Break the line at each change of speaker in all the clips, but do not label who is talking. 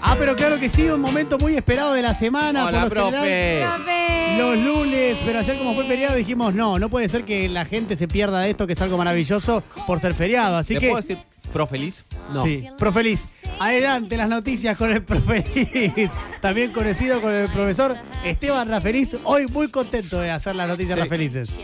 Ah, pero claro que sí, un momento muy esperado de la semana.
Hola,
por lo general,
profe.
Profe.
los lunes, pero ayer como fue feriado dijimos, no, no puede ser que la gente se pierda de esto, que es algo maravilloso, por ser feriado. Así
¿Le
que...
puedo decir profeliz? No.
Sí, Profeliz. Adelante las noticias con el Profeliz. También conocido con el profesor Esteban Rafeliz. Hoy muy contento de hacer las noticias Rafelices.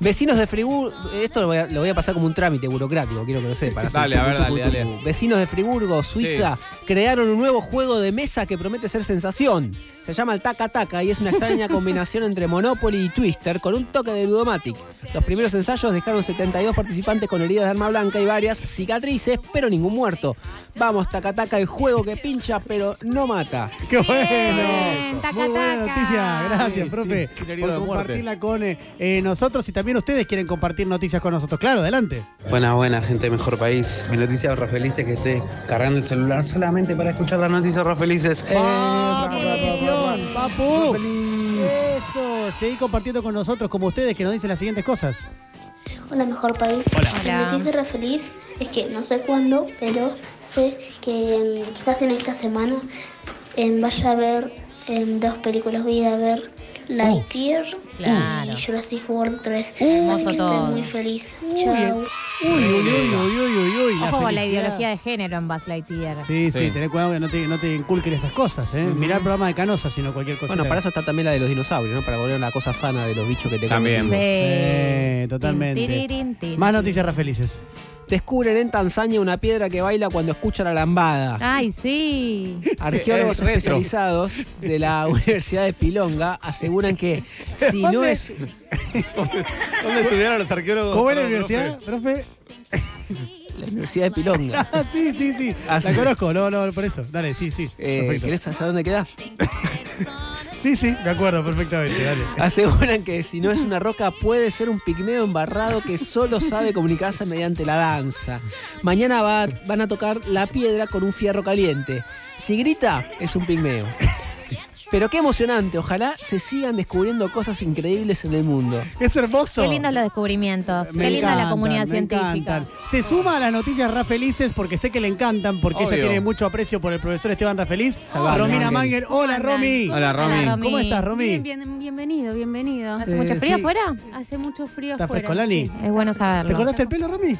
Vecinos de Friburgo, esto lo voy, a, lo voy a pasar como un trámite burocrático, quiero que lo sepan. así.
Dale, a ver, dale, dale.
Vecinos de Friburgo, Suiza, crearon un nuevo juego de mesa que promete ser sensación. Se llama el Taca Taca y es una extraña combinación entre Monopoly y Twister con un toque de Ludomatic. Los primeros ensayos dejaron 72 participantes con heridas de arma blanca y varias cicatrices, pero ningún muerto. Vamos, Taca Taca, el juego que pincha pero no mata.
¡Qué
Bien,
bueno!
taca,
Muy buena
taca.
noticia. Gracias,
Sí,
profe,
sí, sin herido
por
de muerte.
compartirla con eh, eh, nosotros. Y también ustedes quieren compartir noticias con nosotros. Claro, adelante.
Buenas, buenas, gente de Mejor País. Mi noticia de Rafelices es que estoy cargando el celular solamente para escuchar las noticias Rafelices.
Eh, ¡Papu!
papá,
Nación,
papá.
¡Papu! Eso, seguí compartiendo con nosotros como ustedes que nos dicen las siguientes cosas.
Hola, mejor país.
Hola.
Hola.
La noticia re feliz es que no sé cuándo, pero sé que mm, quizás en esta semana em, vaya a ver em, dos películas. Voy a ir a ver Lightyear
Claro.
y Jurassic World 3.
Hermoso
Así que
todo.
Estoy muy feliz.
Uy,
Chao.
Uy, uy, uy, uy, uy, uy, uy.
Ojo con la
felicidad.
ideología de género en Buzz Lightyear.
Sí, sí,
Sí.
tener cuidado que no te, no te inculquen esas cosas, ¿eh? Mirá el programa de Canosa, sino cualquier cosa.
Bueno, para eso está también la de los dinosaurios, ¿no? Para volver a una cosa sana de los bichos que te comen
También.
vivos.
Sí,
Sí.
totalmente.
Eh, Tin, tin, tin.
Más noticias Rafelices.
Descubren en Tanzania una piedra que baila cuando escucha la lambada.
Ay, sí.
Es
Arqueólogos
retro.
especializados de la Universidad de Pilonga aseguran que si no
¿Dónde?
es
¿Dónde estudiaron los arqueólogos?
¿Cómo es la
Perdón,
universidad, profe?
la Universidad de Pilonga.
Ah, sí, sí, sí.
Ah,
La
sí.
conozco, no, no, por eso. Dale, sí, sí.
eh,
perfecto.
¿Querés saber dónde queda?
Sí, sí, me acuerdo perfectamente, dale.
Aseguran que si no es una roca puede ser un pigmeo embarrado que solo sabe comunicarse mediante la danza. Mañana va- van a tocar la piedra con un fierro caliente. Si grita, es un pigmeo. Pero qué emocionante, ojalá se sigan descubriendo cosas increíbles en el mundo.
Es hermoso.
Qué lindos los descubrimientos.
Me
Qué linda la
encantan,
comunidad
me
científica.
encantan. Se suma a las noticias Rafelices porque sé que le encantan, porque ella
Obvio.
tiene mucho aprecio por el profesor Esteban Rafeliz.
Salvame,
Romina
Ángel.
Manger. Hola, Romy.
Hola, Romy.
¿Cómo estás, Romy?
Bien, bien, bienvenido, bienvenido.
¿Hace
Eh,
mucho frío
sí.
afuera?
Hace mucho frío
¿Está
afuera,
frescolani?
sí.
Es bueno
¿Te
saberlo.
cortaste el pelo, Romy?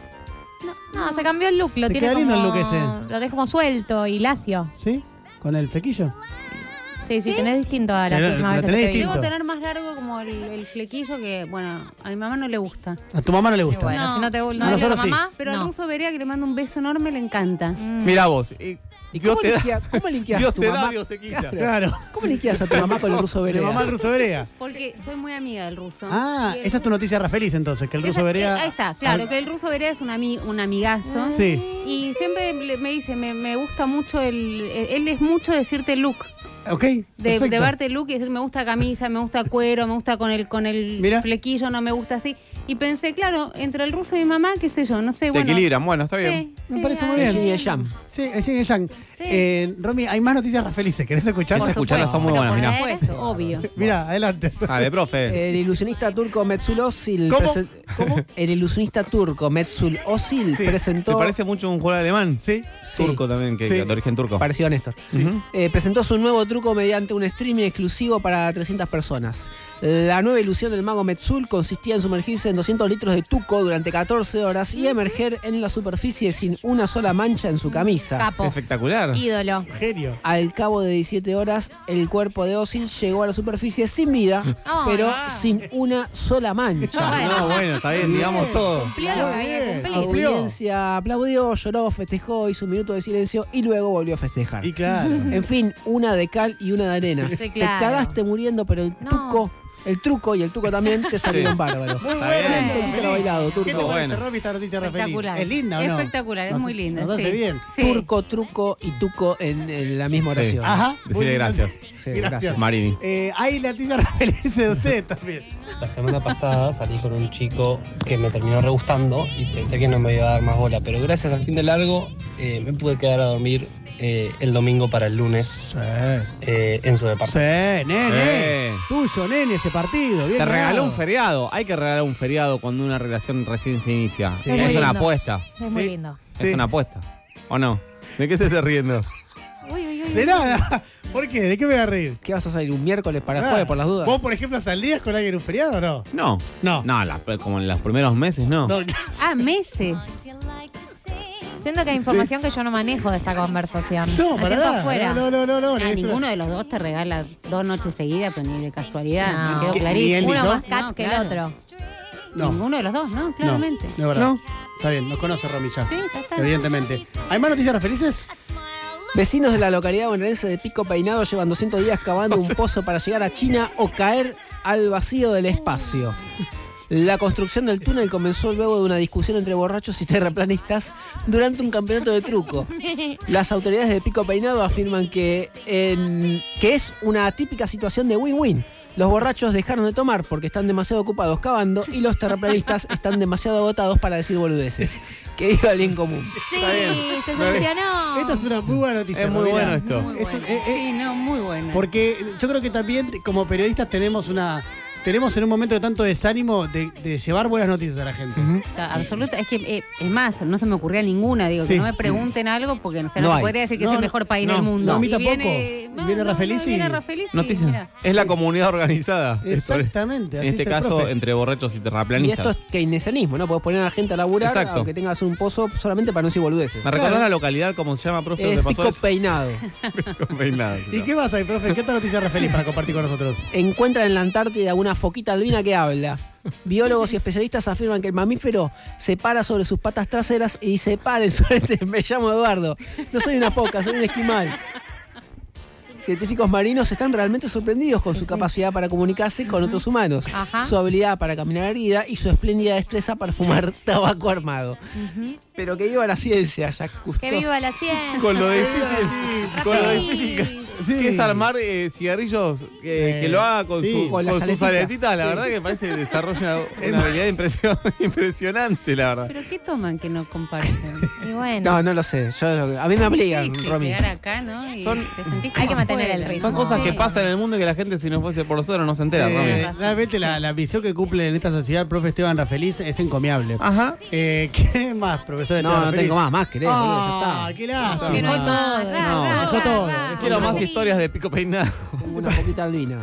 No, se cambió el look. Lo
Te
tiene
queda lindo el
como...
look ese.
Lo tenés como suelto y lacio.
¿Sí? ¿Con el flequillo?
Sí, sí, tenés distinto a la
Pero,
última
lo
vez que
tenés
te vi.
distinto.
Debo tener más largo como el, el flequillo que, bueno, a mi mamá no le gusta.
A tu mamá no le
Y
gusta.
bueno,
No.
si no te no
A
le
nosotros
gusta
sí.
mamá,
Pero
no. Mm.
al ruso Berea, que le mando un beso enorme, le encanta.
Mirá vos. eh,
¿Y
Dios
cómo
te da.
liquea- cómo linkeás
Dios
tu
te da,
mamá?
Dios te quita.
Claro.
¿Cómo liqueas a tu mamá con el ruso
De
vereda?
mamá al ruso Berea.
Porque soy muy amiga del ruso.
Ah,
Y el
esa es tu
ruso-
noticia Rafeliz entonces, que el ruso
Esa-
Berea. Ah,
eh, Ahí está, claro, que el ruso Berea es un, ami- un amigazo.
Sí.
Y siempre le- me dice, me, me gusta mucho, el, e-, él es mucho decirte look.
Ok.
de,
perfecto.
de verte look y decir me gusta camisa, me gusta cuero, me gusta con el con el
Mirá.
flequillo, no me gusta así. Y pensé, claro, entre el ruso y mi mamá, qué sé yo, no sé,
Te
bueno.
equilibran, bueno, está
Sí,
bien.
sí,
Me parece muy
ay,
bien.
Yin y
sí.
el yang.
Sí, el yin y el yang.
Sí.
Eh, Romy, hay más noticias Rafelices. ¿Querés escuchar?
Esas escucharlas son muy
Pero
buenas,
por
mirá.
supuesto, obvio.
Mira, adelante.
Dale, profe.
El ilusionista turco Metsul Özil
¿Cómo?
presen- El ilusionista turco Metsul Özil
Sí,
Se
presentó
parece mucho a un jugador alemán.
Sí.
Sí.
Turco también, que,
Sí.
que de origen turco.
parecido a Néstor.
Ujú.
Eh, presentó su nuevo truco mediante un streaming exclusivo para 300 personas. La nueva ilusión del mago Metzul consistía en sumergirse en 200 litros de tuco durante 14 horas y emerger en la superficie sin una sola mancha en su
Ah,
camisa.
Capo.
Espectacular.
Ídolo.
Genio.
Al cabo de 17 horas, el cuerpo de Osil llegó a la superficie sin vida,
Ah.
pero sin una sola mancha.
Bueno.
No, bueno, está bien, digamos todo.
Cumplió lo que
Muy
había
bien.
que cumplir.
Cumplió.
La audiencia aplaudió, lloró, festejó, hizo un minuto de silencio y luego volvió a festejar.
Y claro.
En fin, una de cal y una de arena.
Sí,
Te
claro.
cagaste muriendo, pero el
No.
tuco, el truco y el tuco también te salieron
Sí.
bárbaros.
Muy
Está
bueno.
bien.
Bien, te lo bailado,
¿Qué te
turco.
parece,
Bueno.
Romy, esta noticia Rafeliz?
Espectacular.
¿Es linda o no?
Espectacular, es
Nos-
muy linda.
Nos hace
sí.
bien.
Sí.
Turco, truco y tuco en, en la misma
Sí. Ah.
oración.
Ajá.
Decirle
muy linda.
gracias.
Sí,
gracias.
gracias.
Marini.
Eh, hay noticias Rafelices de ustedes también.
La semana pasada salí con un chico que me terminó re gustando y pensé que no me iba a dar más bola, pero gracias al fin de largo eh, me pude quedar a dormir eh, el domingo para el lunes
Sí.
eh, en su
Sí,
departamento.
nene.
Eh.
Tuyo, nene, ese partido. Bien
Te
ganado.
regaló un feriado. Hay que regalar un feriado cuando una relación recién se inicia.
Sí.
Es
Es
muy
una
lindo.
apuesta.
Es muy
Sí.
lindo.
Sí.
Es una apuesta. ¿O no? ¿De qué te estás riendo?
Uy, uy,
De nada. ¿Por qué? ¿De qué me voy a reír?
¿Qué vas a salir un miércoles para
Ah.
Nada.
jueves por las dudas?
¿Vos, por ejemplo, saldrías con alguien en un feriado o no?
No.
No.
No, las- como en los primeros meses, no.
No.
Ah, meses.
Siento que hay información que yo no manejo de esta conversación.
No,
Me
para
siento
nada.
afuera.
No, no, no, no. no,
Ah,
es una-
ninguno de los dos te regala dos noches seguidas, pero ni de casualidad.
No.
Quedó
Que-
ni él
clarísimo.
ni
Ah, Uno
yo.
más cats que el otro.
No.
Ninguno de los dos, ¿no? Claramente.
No, es verdad.
No.
Está bien, nos conoce Romy ya.
Sí, ya está.
Evidentemente. ¿Hay más noticias felices?
Vecinos de la localidad bonaerense de Pico Peinado llevan 200 días cavando un pozo para llegar a China o caer al vacío del espacio. La construcción del túnel comenzó luego de una discusión entre borrachos y terraplanistas durante un campeonato de truco. Las autoridades de Pico Peinado afirman que, en- que es una típica situación de win-win. Los borrachos dejaron de tomar porque están demasiado ocupados cavando y los terraplanistas están demasiado agotados para decir boludeces. Que viva el bien común.
Sí, se solucionó.
Eh, Esta es una muy buena noticia.
Es muy
Romina.
bueno esto.
Muy
Es un-
bueno.
eh, eh,
Sí, no, muy bueno.
Porque yo creo que también como periodistas tenemos una tenemos en un momento de tanto desánimo de, de llevar buenas noticias a la gente.
Está absoluta. Es que, eh, es más, no se me ocurría ninguna. Digo,
Sí.
que no me pregunten algo porque o sea,
No
no, te
hay.
podría decir que
No,
es el
no,
mejor país
no,
del mundo.
no, a mí
Y
tampoco.
viene-
Y viene Rafaelisi.
viene Rafaelisi,
Noticias.
mira.
Es la comunidad organizada.
Exactamente,
En
así
este
es el
caso,
profe.
entre borrachos y
Y esto
terraplanistas.
es keynesianismo, ¿no? Podés poner a la gente a laburar,
Exacto.
aunque tengas un pozo, solamente para no decir boludeces.
¿Me recordás la localidad cómo se llama, profe?
Es
¿Dónde pasó
pico
eso?
peinado.
Con peinado,
¿Y
claro.
qué más hay, profe? ¿Qué otra noticia re feliz para compartir con nosotros?
Encuentran en la Antártida una foquita albina que habla. Biólogos y especialistas afirman que el mamífero se para sobre sus patas traseras y se para en su frente. Me llamo Eduardo. No soy una foca, soy un esquimal. Científicos marinos están realmente sorprendidos con su capacidad para comunicarse con otros humanos,
Ajá.
su habilidad para caminar herida y su espléndida destreza para fumar tabaco armado. Pero que viva la ciencia, Jacques Cousteau.
Que viva la ciencia.
Con lo difícil. con lo difícil que,
Sí.
que es armar eh, cigarrillos eh,
Eh,
que lo haga con,
sí.
su-
Con las
con sus
aletitas.
aletitas. La verdad que parece que desarrolla una habilidad impresio- impresionante, la verdad.
¿Pero qué toman que no comparten?
Y bueno,
No, no lo sé. Yo- a mí me
Qué
obligan,
difícil
Romy.
llegar acá, ¿no? Y
Son-
te sentís
Hay que
como
mantener el
afuera.
ritmo.
Son cosas que
Sí.
pasan en el mundo y que la gente, si no fuese por nosotros, no se entera,
Eh,
Romy.
realmente la, la misión que cumple en esta sociedad el profe Esteban Rafeliz es encomiable.
Ah.
Ajá.
Eh, ¿Qué más, profesor Esteban
No, no
Rafeliz?
tengo más, más querés, boludo, ya
Ah,
está.
qué
que no hay
lástima.
más. Ra,
No,
ra,
dejó
ra,
todo.
ra.
Quiero más
Sí.
historias de pico peinado.
Como una poquita albina.